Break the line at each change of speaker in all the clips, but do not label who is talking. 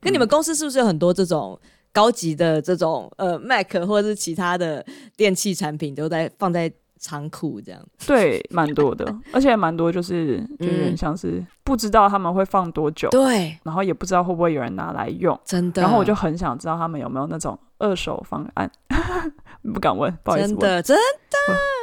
跟你们公司是不是有很多这种高级的这种呃 Mac 或者是其他的电器产品都在放在仓库这样？
对，蛮多的，而且蛮多就是
嗯
就有点像是不知道他们会放多久，
对，
然后也不知道会不会有人拿来用，
真的。
然后我就很想知道他们有没有那种二手方案， 不敢问，不好意思
真
问。
的真，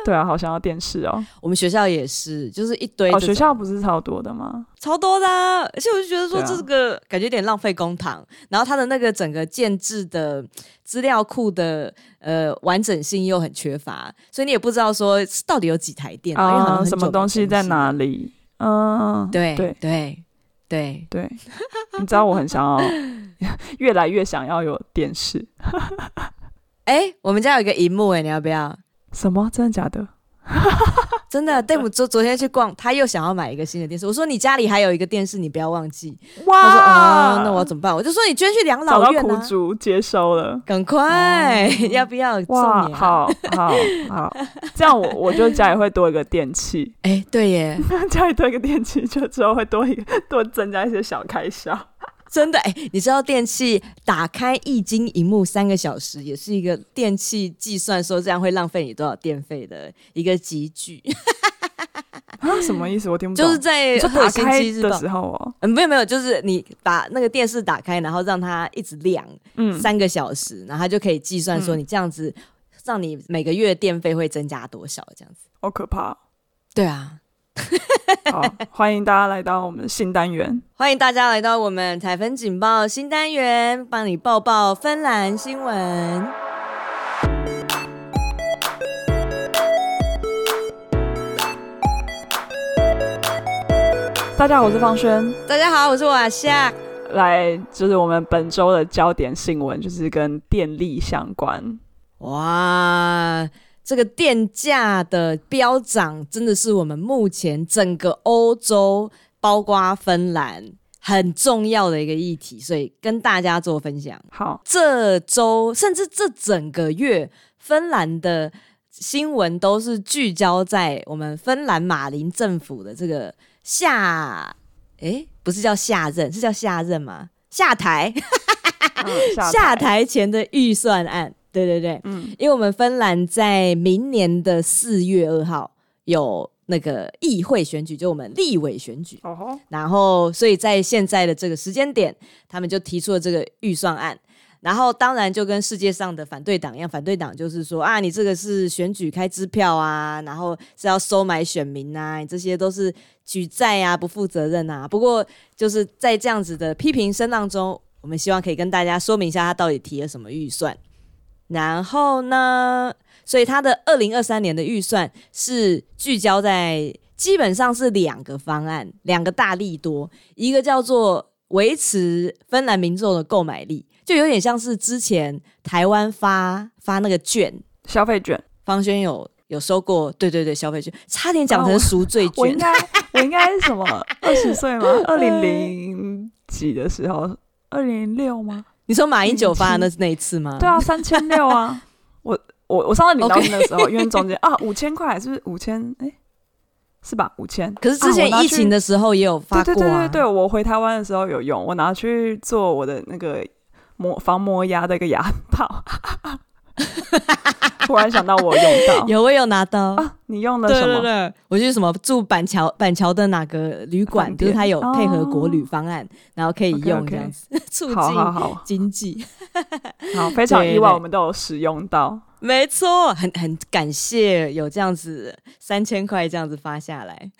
对啊，好想要电视哦。
我们学校也是，就是一堆
哦，
这
学
种
校不是超多的吗？
超多的啊、而且我就觉得说
对啊
这个感觉有点浪费公堂，然后它的那个整个建制的资料库的呃完整性又很缺乏，所以你也不知道说到底有几台电脑，因为好像很久
啊什么
没
东西
更
在
新
哪里？嗯，
对
对
对对，
对，你知道我很想要， 越来越想要有电视。
哎、我们家有一个荧幕哎、你要不要？
什么？真的假的？
真的，对，我昨昨天去逛，他又想要买一个新的电视。我说你家里还有一个电视，你不要忘记。他说啊、那我要怎么办？我就说你捐去养
找
老
到
院
苦
啊，
主接收了。
赶快，要不要送
哇，
你、啊？，
好好 好，这样我我就家里会多一个电器，
哎、对耶，
家里多一个电器，就之后会多一个 多增加一些小开销。
真的哎、你知道电器打开液晶荧幕三个小时，也是一个电器计算说这样会浪费你多少电费的一个集聚，
啊，什么意思？我听不懂。
就是在
你说
赫尔
打
辛
开
基日
的
报。
时候哦，
嗯，没有没有，就是你把那个电视打开，然后让它一直亮
嗯，
三个小时，然后它就可以计算说你这样子，让你每个月电费会增加多少这样子。
好可怕哦。
对啊，
好，欢迎大家来到我们的新单元。
欢迎大家来到我们彩粉警报新单元，帮你报报芬兰新闻。
大家好，我是方轩。
大家好，我是瓦夏。
来，就是我们本周的焦点新闻，就是跟电力相关。
哇，这个电价的飙涨真的是我们目前整个欧洲，包括芬兰。很重要的一个议题，所以跟大家做分享。
好，
这周甚至这整个月，芬兰的新闻都是聚焦在我们芬兰马林政府的这个下，诶，不是叫下任，是叫下任吗？下台，
嗯下
下台前的预算案，对对对，
嗯，
因为我们芬兰在明年的四月二号有那个议会选举，就我们立委选举，
哦吼，
然后所以在现在的这个时间点，他们就提出了这个预算案。然后当然就跟世界上的反对党一样，反对党就是说啊，你这个是选举开支票啊，然后是要收买选民啊，你这些都是举债啊，不负责任啊。不过就是在这样子的批评声浪中，我们希望可以跟大家说明一下他到底提了什么预算。然后呢，所以他的二零二三年的预算是聚焦在基本上是两个方案，两个大力多，一个叫做维持芬兰民众的购买力，就有点像是之前台湾发发那个券，
消费券，
方轩有有收过，对对对，消费券，差点讲
哦
成赎罪
我
券
应，该，我应该是什么？二十岁吗？二零零几的时候，二零零六吗？
你说马英九发的那那一次吗？
对啊，三千六啊！ 我我我上次领到
OK
那个时候，因为中间啊五千块是不是五千？哎，是吧？五千。
可是之前
啊我拿去
疫情的时候也有发
对
过
对
啊，
对对对，我回台湾的时候有用，我拿去做我的那个磨防磨牙的一个牙套。 忽然想到我有用 到
有我有拿到。
啊，你用了
对
什
对
么？
对，我去什么住板桥板桥的哪个旅馆，
饭
就是它有
店哦
配合国旅方案，然后可以
OK，
用
OK
这样子 促
好好
进
好
经济。
好，非常
对
意外，
对
我们都有使用到。
没错，很很感谢有这样子三千块这样子发下来。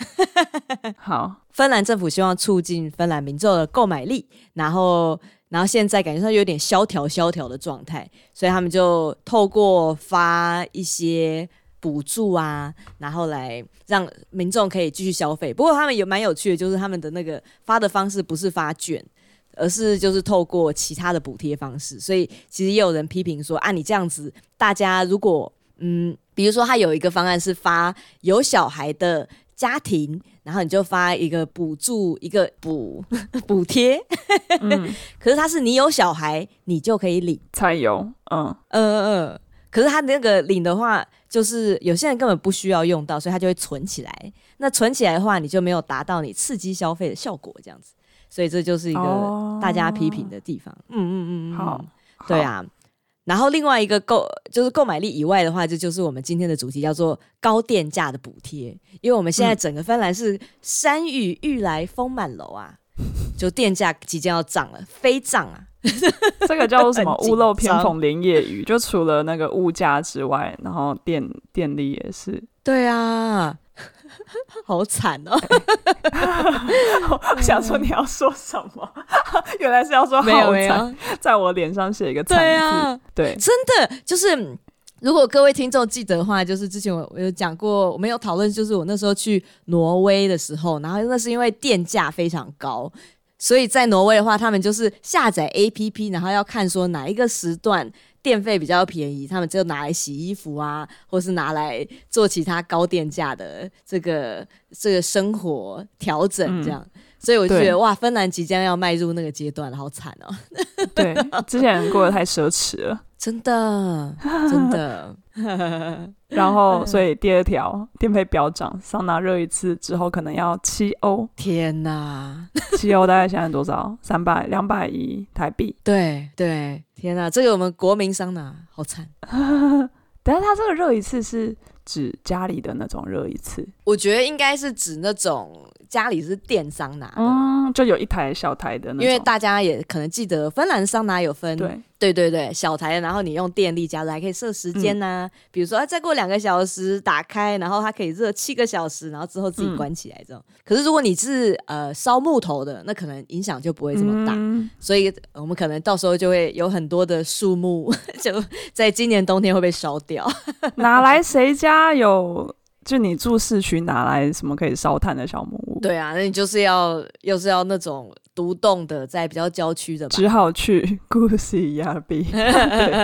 好，
芬兰政府希望促进芬兰民众的购买力，然后然后现在感觉上有点萧条萧条的状态，所以他们就透过发一些补助啊，然后来让民众可以继续消费。不过他们有蛮有趣的，就是他们的那个发的方式不是发券。而是就是透过其他的补贴方式，所以其实也有人批评说啊，你这样子，大家如果嗯，比如说他有一个方案是发有小孩的家庭，然后你就发一个补助一个补 补贴，
嗯，
可是它是你有小孩你就可以领，
菜油，嗯，
嗯嗯嗯，可是他那个领的话，就是有些人根本不需要用到，所以他就会存起来。那存起来的话，你就没有达到你刺激消费的效果，这样子。所以这就是一个
哦
大家批评的地方。嗯嗯嗯嗯，嗯
好，，
对
好，
啊。然后另外一个购就是购买力以外的话，这就是我们今天的主题，叫做高电价的补贴。因为我们现在整个芬兰是山雨欲来风满楼 啊，就电价即将要涨了，飞涨啊！
这个叫做什 么
很紧
屋漏偏
张
逢连夜雨，就除了那个物价之外，然后电电力也是，
对啊， 好惨哦。
我想说你要说什么， 原来是要说好
没有没
惨，
有，
在我脸上写一个惨
对
字，
啊，
对，
真的 就是，嗯如果各位听众记得的话，就是之前我我有讲过，我们有讨论，就是我那时候去挪威的时候，然后那是因为电价非常高。所以在挪威的话，他们就是下载 APP，然后要看说哪一个时段电费比较便宜，他们就拿来洗衣服啊，或是拿来做其他高电价的这个这个生活调整这样。所以我就觉
对
得哇，芬兰即将要迈入那个阶段了，好惨哦。
对，之前过得太奢侈了。
真的，真的，
然
嗯
后，所以第二条电费飙涨，桑拿热一次之后可能要七欧，
天哪！
七欧大概现在多少？三百、两百一台币。
对对，天哪！这个我们国民桑拿好惨。
但是它这个热一次是指家里的那种热一次，
我觉得应该是指那种家里是电桑拿的，
嗯，就有一台小台的那种。
哦因为大家也可能记得芬兰桑拿有分，
对
对对对小台的，然后你用电力加热，还可以设时间呐、
嗯
比如说、啊、再过两个小时打开，然后它可以热七个小时，然后之后自己
嗯
关起来这种。可是如果你是呃烧木头的，那可能影响就不会这么大。
嗯
所以呃我们可能到时候就会有很多的树木， 就在今年冬天会被烧掉。
哪来谁家有？就你住市区，哪来什么可以烧炭的小木屋？，
对啊，那你就是要又是要那种独栋的，在比较郊区的吧。
只好去故事亚比。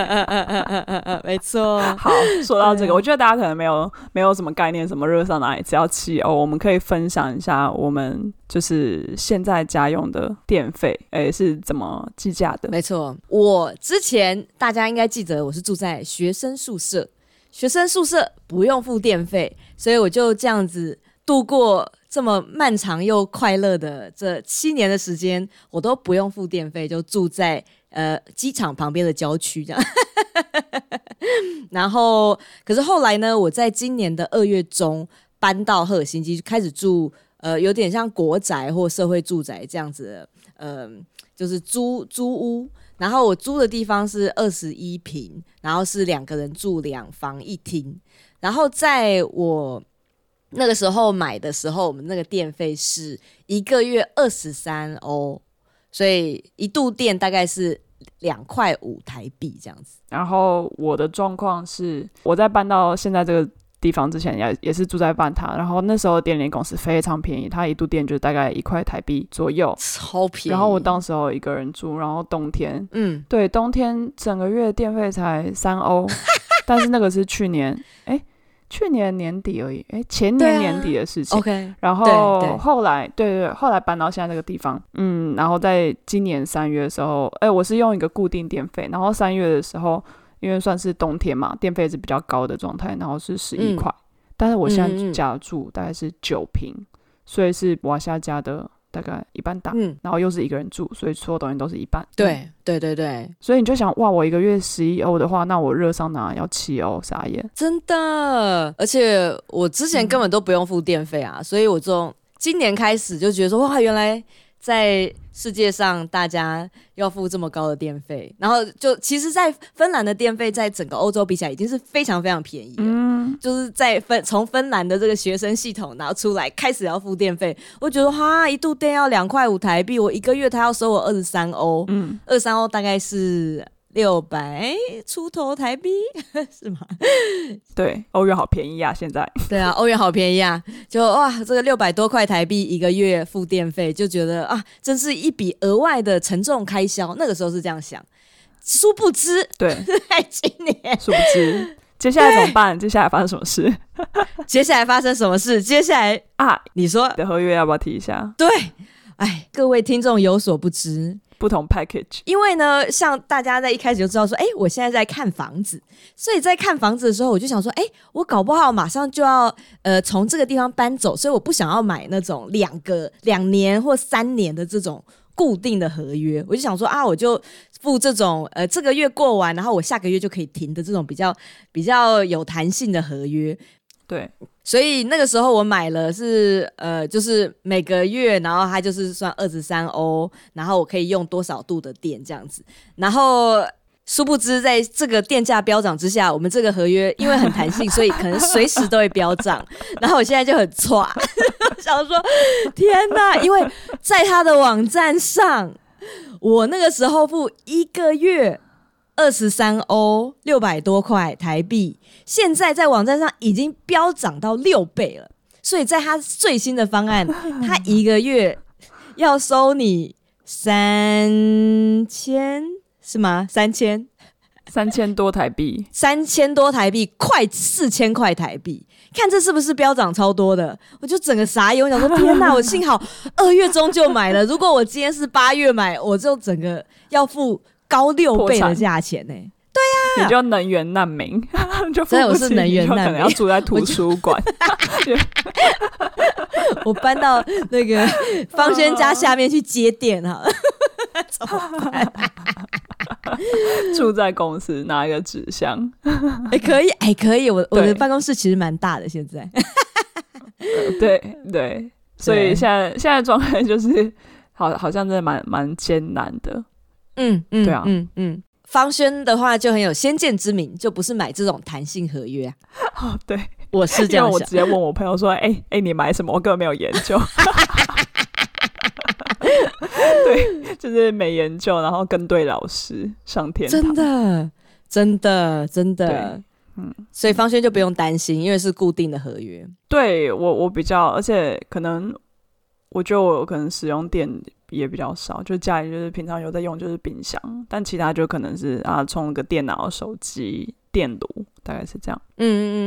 没错，
好，说到这
对
个，我觉得大家可能没有没有什么概念，什么热上哪里，只要七欧，我们可以分享一下我们就是现在家用的电费，诶是怎么计价的？
没错。我之前大家应该记得，我是住在学生宿舍，学生宿舍不用付电费，所以我就这样子度过这么漫长又快乐的这七年的时间，我都不用付电费，就住在呃机场旁边的郊区这样。 然后，可是后来呢，我在今年的二月中搬到赫尔辛基，开始住呃有点像国宅或社会住宅这样子的，呃，就是租租屋。然后我租的地方是二十一平，然后是两个人住，两房一厅。然后在我那个时候买的时候，我们那个电费是一个月二十三欧，所以一度电大概是两块五台币这样子。
然后我的状况是，我在搬到现在这个地方之前也也是住在半塔，然后那时候的电力公司非常便宜，它一度电就大概一块台币左右。
超便宜。
然后我当时候一个人住，然后冬天，
嗯，
对，冬天整个月电费才 三欧，但是那个是去年，哎、去年年底而已，哎、前
对啊
年年底的事情。
OK，
然
对对
后后来，对对对，后来搬到现在这个地方，嗯，然后在今年三月的时候，哎，我是用一个固定电费，然后三月的时候，因为算是冬天嘛，电费是比较高的状态，然后是十一
嗯
块，但是我现
嗯嗯
在
嗯
家住大概是九平，所以是瓦夏家的大概一半大，嗯
嗯，
然后又是一个人住，所以所有东西都是一半，
对对对对，
所以你就想，哇，我一个月十一欧的话，那我热桑拿要七欧，傻眼。
真的。而且我之前根本都不用付电费啊，所以我从今年开始就觉得说，哇，原来在世界上大家要付这么高的电费，然后就其实，在芬兰的电费在整个欧洲比起来已经是非常非常便宜了。
嗯，
就是在芬从芬兰的这个学生系统拿出来，开始要付电费，我觉得哈，一度电要两块五台币，我一个月他要收我二十三欧，
嗯，
二三欧大概是六百出头台币， 是吗？
对，欧元好便宜啊，现在。
对啊，欧元好便宜啊！就哇，这个六百多块台币一个月付电费，就觉得啊，真是一笔额外的沉重开销。那个时候是这样想，殊不知
对，
在今年
殊不知，接下来怎么办？接下来发生什么事
接下来发生什么事？接下来
啊？
你说
你的合约要不要提一下？
对？哎，各位听众有所不知，
不同 package，
因为呢，像大家在一开始就知道说，哎、我现在在看房子，所以在看房子的时候，我就想说，哎、我搞不好马上就要呃从这个地方搬走，所以我不想要买那种两个两年或三年的这种固定的合约，我就想说啊，我就付这种呃这个月过完，然后我下个月就可以停的这种比较比较有弹性的合约。
对，
所以那个时候我买了是呃，就是每个月，然后它就是算二十三欧，然后我可以用多少度的电这样子。然后殊不知，在这个电价飙涨之下，我们这个合约因为很弹性，所以可能随时都会飙涨。 然后我现在就很错， 想说天哪！因为在他的网站上，我那个时候付一个月二十三欧，六百多块台币，现在在网站上已经飙涨到六倍了。所以在他最新的方案，他一个月要收你三千是吗？三千
三千多台币，
三千多台币，快四千块台币，看这是不是飙涨超多的？我就整个傻眼，我想说天哪，我幸好二月中就买了，如果我今天是八月买，我就整个要付高六倍
破
的
产
价钱呢、
你就能源难民， 就付
真的我
不
是
起，
能
你
源
就可
难
能
民
要住在图
就
书馆。
我搬到那个方轩家下面去接电哈，怎么办？
住在公司拿一个纸箱，
哎、可以，哎、可以，我我
对
的办公室其实蛮大的，现在
呃对对，所以
对
现在现在状态就是，好好像真的蛮蛮艰难的，
嗯嗯
对啊
嗯嗯。方轩的话就很有先见之明，就不是买这种弹性合约啊。
哦，对，
我是这
因为
样
我
想
直，接问我朋友说，哎、哎、你买什么？我根本没有研究。对，就是没研究，然后跟对老师上天堂
真。的，真的，真的
对。嗯，
所以方轩就不用担心，因为是固定的合约。
对我我比较，而且可能我觉得我可能使用电也比较少，就家里就是平常有在用就是冰箱，但其他就可能是啊充个电脑、手机、电炉，大概是这样。
嗯嗯嗯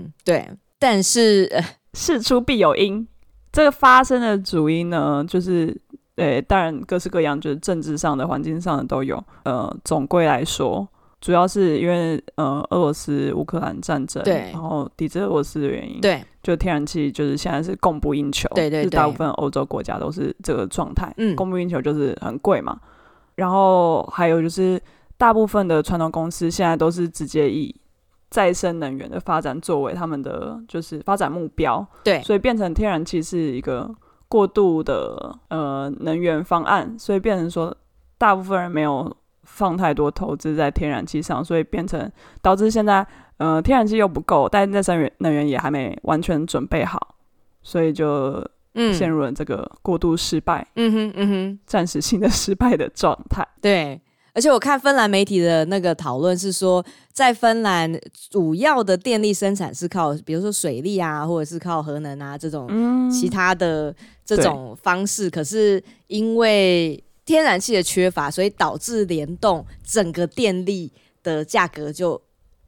嗯嗯，对。但是、呃
事出必有因。这个发生的主因呢，就是呃，当然各式各样，就是政治上的、环境上的都有。呃，总归来说，主要是因为呃，俄罗斯乌克兰战争，
对
然后抵制俄罗斯的原因，，
对，
就天然气就是现在是供不应求，
对对
就是
对
大部分欧洲国家都是这个状态，
嗯
供不应求就是很贵嘛。然后还有就是，大部分的传统公司现在都是直接以再生能源的发展作为他们的就是发展目标，
对
所以变成天然气是一个过度的呃能源方案，所以变成说大部分人没有放太多投资在天然气上，所以变成导致现在呃天然气又不够，但再生源能源也还没完全准备好，所以就
嗯
陷入了这个过度失败、
嗯哼嗯哼，
暂时性的失败的状态。
对。而且我看芬兰媒体的那个讨论是说，在芬兰主要的电力生产是靠，比如说水力啊，或者是靠核能啊这种
嗯
其他的这种方式，可是因为天然气的缺乏，所以导致联动整个电力的价格就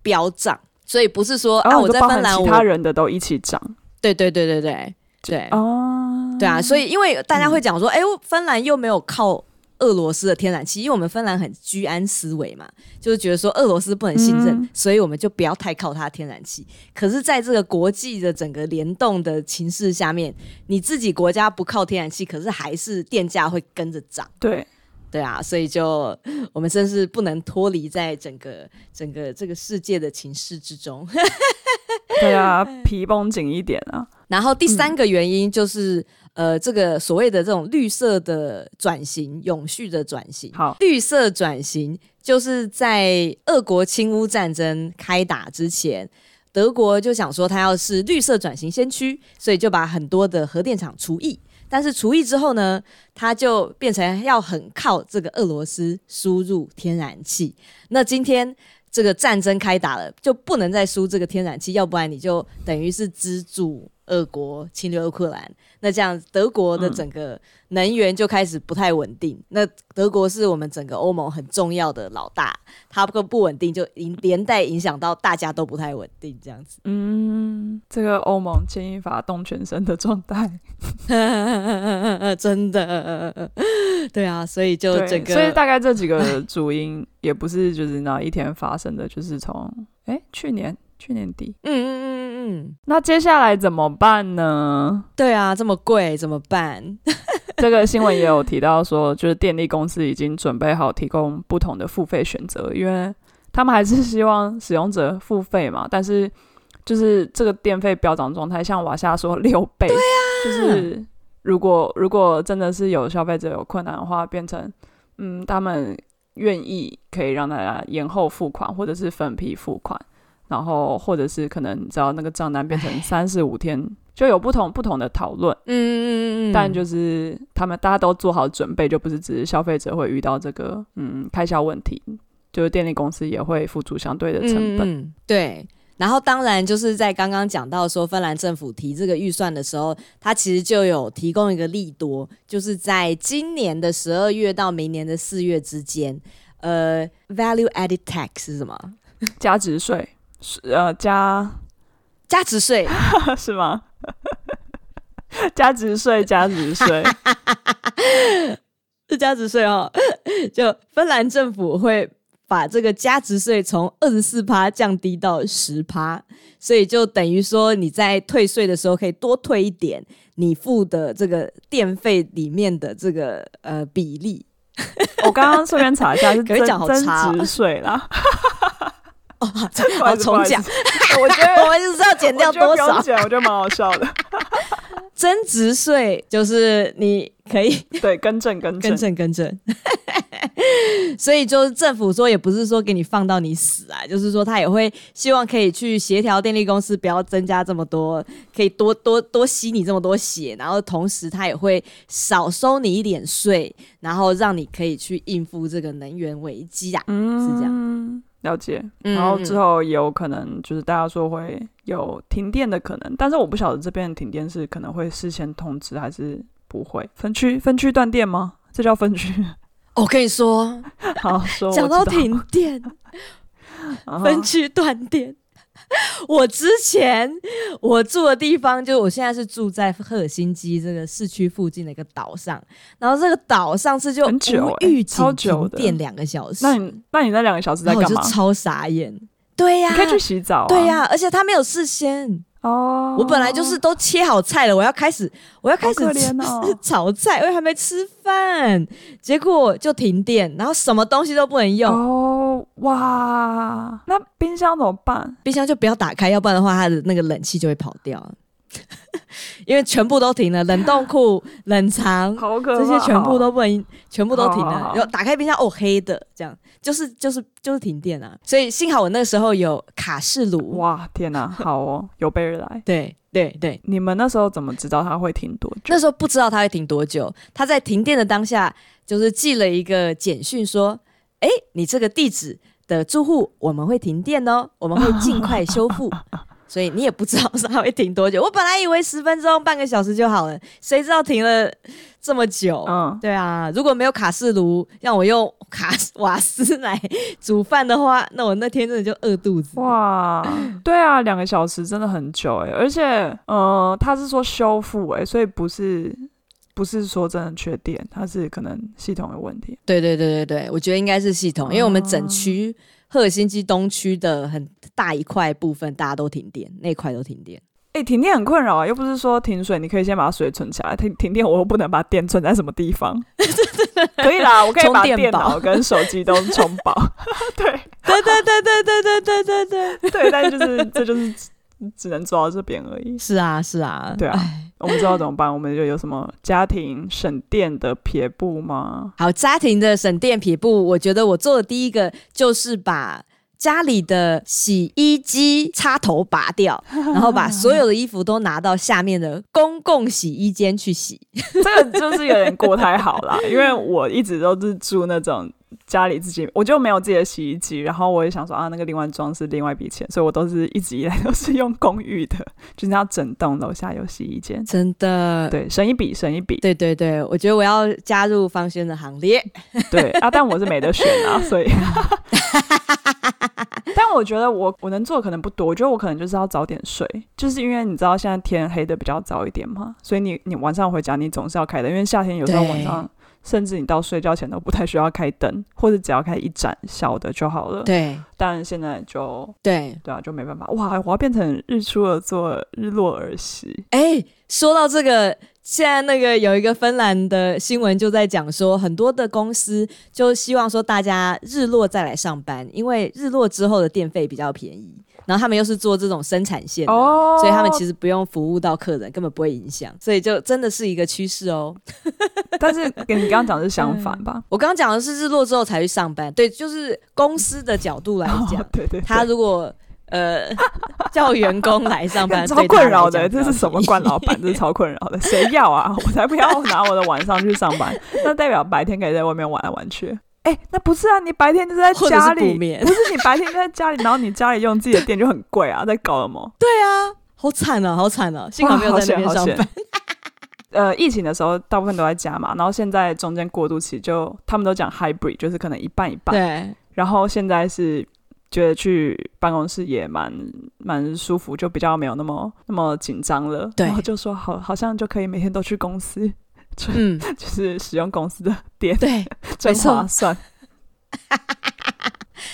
飙涨。所以不是说
然
啊，
后
我在芬兰
其
我，
他人的都一起涨
对对对对对对、
哦，嗯
对啊，所以因为大家会讲说，哎、芬兰又没有靠俄罗斯的天然气，因为我们芬兰很居安思危嘛，就是觉得说俄罗斯不能信任，
嗯
所以我们就不要太靠它的天然气。可是，在这个国际的整个联动的情势下面，你自己国家不靠天然气，可是还是电价会跟着涨，
对，
对啊，所以就我们真是不能脱离在整个整个这个世界的情势之中。
大家啊 皮绷紧一点啊。
然后第三个原因就是，呃，这个所谓的这种绿色的转型、永续的转型，
好，
绿色转型就是在俄国侵乌战争开打之前。德国就想说，它要是绿色转型先驱，所以就把很多的核电厂除役。但是除役之后呢，它就变成要很靠这个俄罗斯输入天然气。那今天这个战争开打了，就不能再输这个天然气，要不然你就等于是资助俄国侵略乌克兰。那这样德国的整个能源就开始不太稳定。那德国是我们整个欧盟很重要的老大，它不不稳定，就影连带影响到大家都不太稳定这样子。
嗯，这个欧盟牵一发动全身的状态，
真的，对啊，所以 就
对，
整
所以
个
大概这几个主因也不是就是那一天发生的，就是从哎去年去年底，
嗯嗯嗯嗯嗯，
那接下来怎么办呢？
对啊，这么贵怎么办？
这个新闻也有提到说，就是电力公司已经准备好提供不同的付费选择，因为他们还是希望使用者付费嘛。但是就是这个电费飙涨状态，像瓦夏说六倍，对啊，就是如果如果真的是有消费者有困难的话，变成嗯，他们愿意可以让大家延后付款，或者是分批付款，然后或者是可能你知道那个账单变成
唉
三十五天，就有不同不同的讨论。
嗯嗯嗯嗯，
但就是他们大家都做好准备，就不是只是消费者会遇到这个嗯开销问题，就是电力公司也会付出相对的成本。
嗯嗯对。然后，当然就是在刚刚讲到说芬兰政府提这个预算的时候，它其实就有提供一个利多，就是在今年的十二月到明年的四月之间，呃，value added tax 是什么？
加值税是呃加
价值税
是吗？ 加值税，加值税，
是价值税哦，就芬兰政府会把这个价值税从二十四趴降低到十趴，所以就等于说你在退税的时候可以多退一点你付的这个电费里面的这个呃比例。
我刚刚顺便查一下是
可
增
以讲好
增
差哦哦
值税啦。
好重讲，
我觉 得
我们就是要减掉
我觉得
多
不用
少
减，我觉得蛮好笑的。
增值税，就是你可以
对，更正更正
更，正更正。所以就是政府说，也不是说给你放到你死啊，就是说他也会希望可以去协调电力公司不要增加这么多，可以多多多吸你这么多血，然后同时他也会少收你一点税，然后让你可以去应付这个能源危机啊。
嗯，
是这
样。了解，
嗯
然后之后也有可能就是大家说会有停电的可能，但是我不晓得这边的停电是可能会事先通知还是不会分区分区断电吗？这叫分区？
我跟你说，
好说，
讲到
我知道
停电，
啊哈
分区断电。 我之前我住的地方，就我现在是住在赫尔辛基这个市区附近的一个岛上，然后这个岛上次就
很久
无
欸
预
超
警
久
停
的
电两个小时，
那你那你那两个小时在
然后我
干
就
嘛？
超傻眼。对呀、
你可以去洗澡、啊，
对呀、而且他没有事先，
哦，
我本来就是都切好菜了，我要开始，我要开始
好可
吃、
怜哦
炒菜，我还没吃饭，结果就停电，然后什么东西都不能用，
哦哇，那冰箱怎么办？
冰箱就不要打开，要不然的话，它的那个冷气就会跑掉， 因为全部都停了，冷冻库、 冷藏
好可
这
怕，哦
些全部都不能，全部都停
好好
了。
好
然后打开冰箱，哦，黑的，这样就是就是就是停电啊。所以幸好我那个时候有卡式炉，
哇天哪、好哦，有备而来。
对对对，
你们那时候怎么知道它会停多久？
那时候不知道它会停多久，他在停电的当下就是寄了一个简讯说：“哎，你这个地址的住户我们会停电哦，我们会尽快修复。”所以你也不知道它会停多久。我本来以为十分钟、半个小时就好了，谁知道停了这么久。
嗯，
对啊，如果没有卡式炉，让我用 卡瓦斯来煮饭的话，那我那天真的就饿肚子。
哇， 对啊，两个小时真的很久哎，而且，呃，他是说修复哎，所以不是不是说真的缺电，它是可能系统有问题。
对对对对对，我觉得应该是系统，因为我们整区赫尔辛基东区的很大一块部分大家都停电，那块都停电。
哎，停电很困扰啊，又不是说停水，你可以先把水存起来。停停电，我又不能把电存在什么 地方。可以啦，我可以把
充电
电
宝
脑跟手机都充 饱。对
对对对对对对对对对，
对，但是就是这就是只只能做到这边而 已。
是啊是啊，
对啊
唉
我们知道怎么办？我们就有什么家庭省电的撇步吗？
好，家庭的省电撇步，我觉得我做的第一个就是把。家里的洗衣机插头拔掉，然后把所有的衣服都拿到下面的公共洗衣间去洗。
这个就是有点过太好啦，因为我一直都是住那种家里自己，我就没有自己的洗衣机，然后我也想说啊，那个另外装是另外一笔钱，所以我都是一直以来都是用公寓的，就是要整栋楼下有洗衣间，
真的，
对，省一笔，省一笔，
对对对，我觉得我要加入方轩的行列。
对啊，但我是没得选啊，所 以。但我觉得我我能做的可能不多，我觉得我可能就是要早点睡，就是因为你知道现在天黑的比较早一点嘛，所以你你晚上回家你总是要开灯，因为夏天有时候
对
晚上甚至你到睡觉前都不太需要开灯，或者只要开一盏小的就好了。
对
但现在就
对，
对啊，就没办法。哇，我要变成日出而作，日落而息。
哎、说到这个，现在那个有一个芬兰的新闻就在讲说，很多的公司就希望说大家日落再来上班，因为日落之后的电费比较便宜。然后他们又是做这种生产线的，
哦
所以他们其实不用服务到客人，根本不会影响，所以就真的是一个趋势哦。
但是跟你刚刚讲的是相反吧？
我刚刚讲的是日落之后才去上班，对，就是公司的角度来
哦
讲，
对对对，
他如果呃叫员工来上 班，
超
对他
困扰
来讲
的，
比
这
较
是什么
便宜
惯老板？这是超困扰的，谁要啊？我才不要拿我的晚上去上班，那代表白天可以在外面玩来玩去。哎、那不是啊，你白天就在
或者
家
是不
里，
眠
不，是你白天就在家里，然后你家里用自己的电就很贵啊，在搞什么？
对啊，好惨啊，好惨啊！幸好没有
哇
在那边上。
好险
班
好。险呃，疫情的时候大部分都在家嘛，然后现在中间过渡期就他们都讲 hybrid，就是可能一半一 半。
对，
然后现在是觉得去办公室也蛮蛮舒服，就比较没有那么那么紧张了。
对
然后就说好，好像就可以每天都去公司，
嗯，
就是使用公司 的电，
对，
真
错
划 算。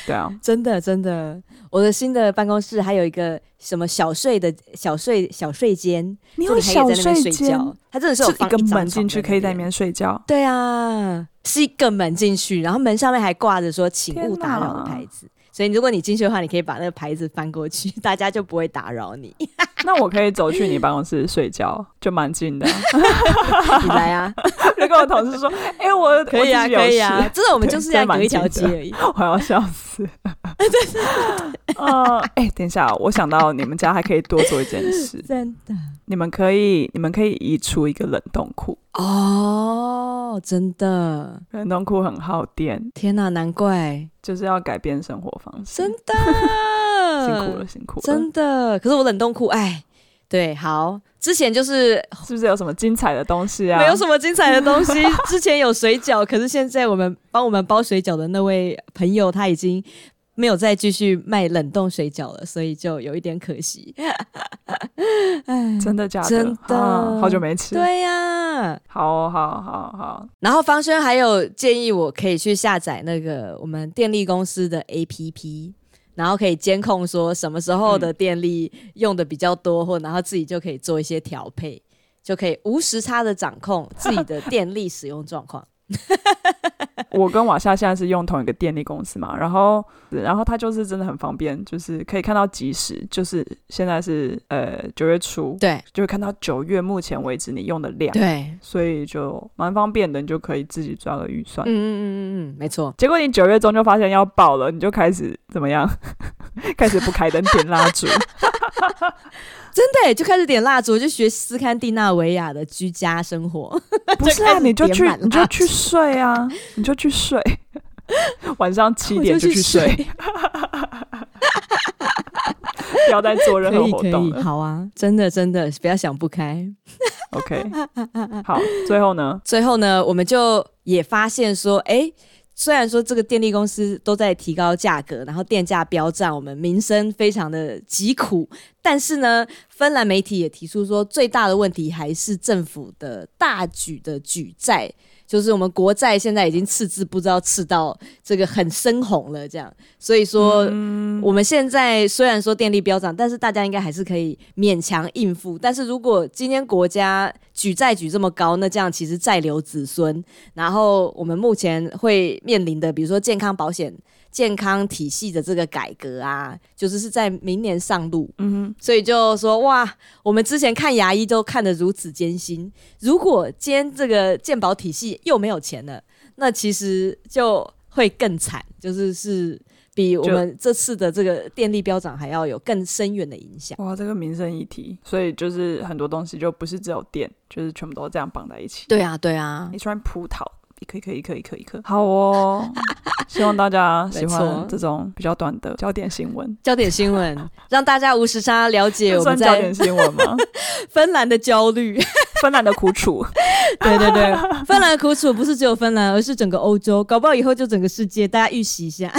对啊，
真的真的，我的新的办公室还有一个什么小睡的小睡小睡间，
你
真
有
的还可以在
小
那边睡
间，
觉。它真的是有
是一
放
个
张
门进
床
去可以在里
边。
面睡 觉。
对啊，是一个门进去，然后门上面还挂着说“请勿
天哪
打扰”的牌子。所以如果你进去的话，你可以把那个牌子翻过去， 大家就不会打扰 你。
那我可以走去你办公室睡觉，就蛮近 的啊。
你来啊，
就跟我同事说：“哎、我
可以啊，
我自己有
可以
事
啊，真的，我们就是
对
要
真的蛮
隔一条街
近的
而已。，
我要笑 死。呃，哎、等一下，我想到你们家还可以多做一件事
真的
你们可以，你们可以移除一个冷冻库，
哦，真的。
冷冻库很耗电，
天呐，难怪，
就是要改变生活方式。
真的
辛苦了，，辛苦了，
真的。可是我冷冻库，哎，对，好，之前 就是
是不是有什么精彩的东西啊？
没有什么精彩的东西。 之前有水饺，可是现在我们帮我们包水饺的那位朋友他已经没有再继续卖冷冻水饺了，所以就有一点可惜。
真的假的？
真的
啊好久没吃。
对呀、
好好好好，
然后方轩还有建议我可以去下载那个我们电力公司的 APP，然后可以监控说什么时候的电力用的比较多，或然后自己就可以做一些调配，就可以无时差的掌控自己的电力使用状况。
我跟瓦夏现在是用同一个电力公司嘛，然后然后它就是真的很方便，就是可以看到即时，就是现在是呃九月初，
对
就会看到九月目前为止你用的量，
对，
所以就蛮方便的，你就可以自己抓个预算。
嗯嗯嗯嗯嗯，没错。
结果你九月中就发现要爆了，你就开始怎么样？ 开始 不开灯点蜡烛，
对，就开始点蜡烛，就学斯堪的纳维亚的居家生活。
不是啊？你就去
点满蜡烛
你就去睡啊，你就去睡， 晚上七点
我就
去睡，不要再做任
可
何
以
活
可
动
以，
了。
好啊，真的真的不要想不开。
OK，好，
嗯
最后呢？
最后呢，我们就也发现说，哎，虽然说这个电力公司都在提高价格，然后电价飙涨，我们民生非常的疾苦，但是呢，芬兰媒体也提出说，最大的问题还是政府的大举的举债。就是我们国债现在已经赤字，不知道赤到这个很深红了，这样，所以说、我们现在虽然说电力飙涨，但是大家应该还是可以勉强应付。但是如果今天国家举债举这么高，那这样其实债留子孙，然后我们目前会面临的，比如说健康保险、健康体系的这个改革啊，就是是在明年上路。
嗯
所以就说哇，我们之前看牙医都看得如此艰辛，如果今天这个健保体系又没有钱了，那其实就会更惨，就是是比我们这次的这个电力飙涨还要有更深远的影响。
哼，哇，这个民生议题，所以就是很多东西就不是只有电，就是全部都这样绑在一起。
对啊，对啊
一，串葡萄，一颗一颗一颗一颗一颗。好哦，希望大家喜
没错
欢这种比较短的焦点新闻。
焦点新闻让大家无时差了 解
这
我们
算焦
在
点新闻吗？
芬兰的焦虑。
芬兰的苦楚，
对对对，芬兰的苦楚不是只有芬兰，而是整个欧洲，搞不好以后就整个世界，大家预习一 下。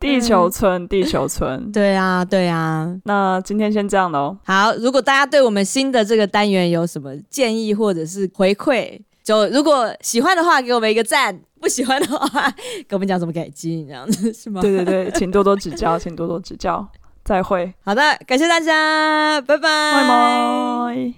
地球村，地球村。
对啊，对啊。
那今天先这样喽。
好，如果大家对我们新的这个单元有什么建议或者是回馈，就如果喜欢的话，给我们一个赞；不喜欢的话，跟我们讲怎么改进，这样子是吗？
对对对，请多多指教，请多多指教。再会，
好的，感谢大家，拜拜。
拜拜。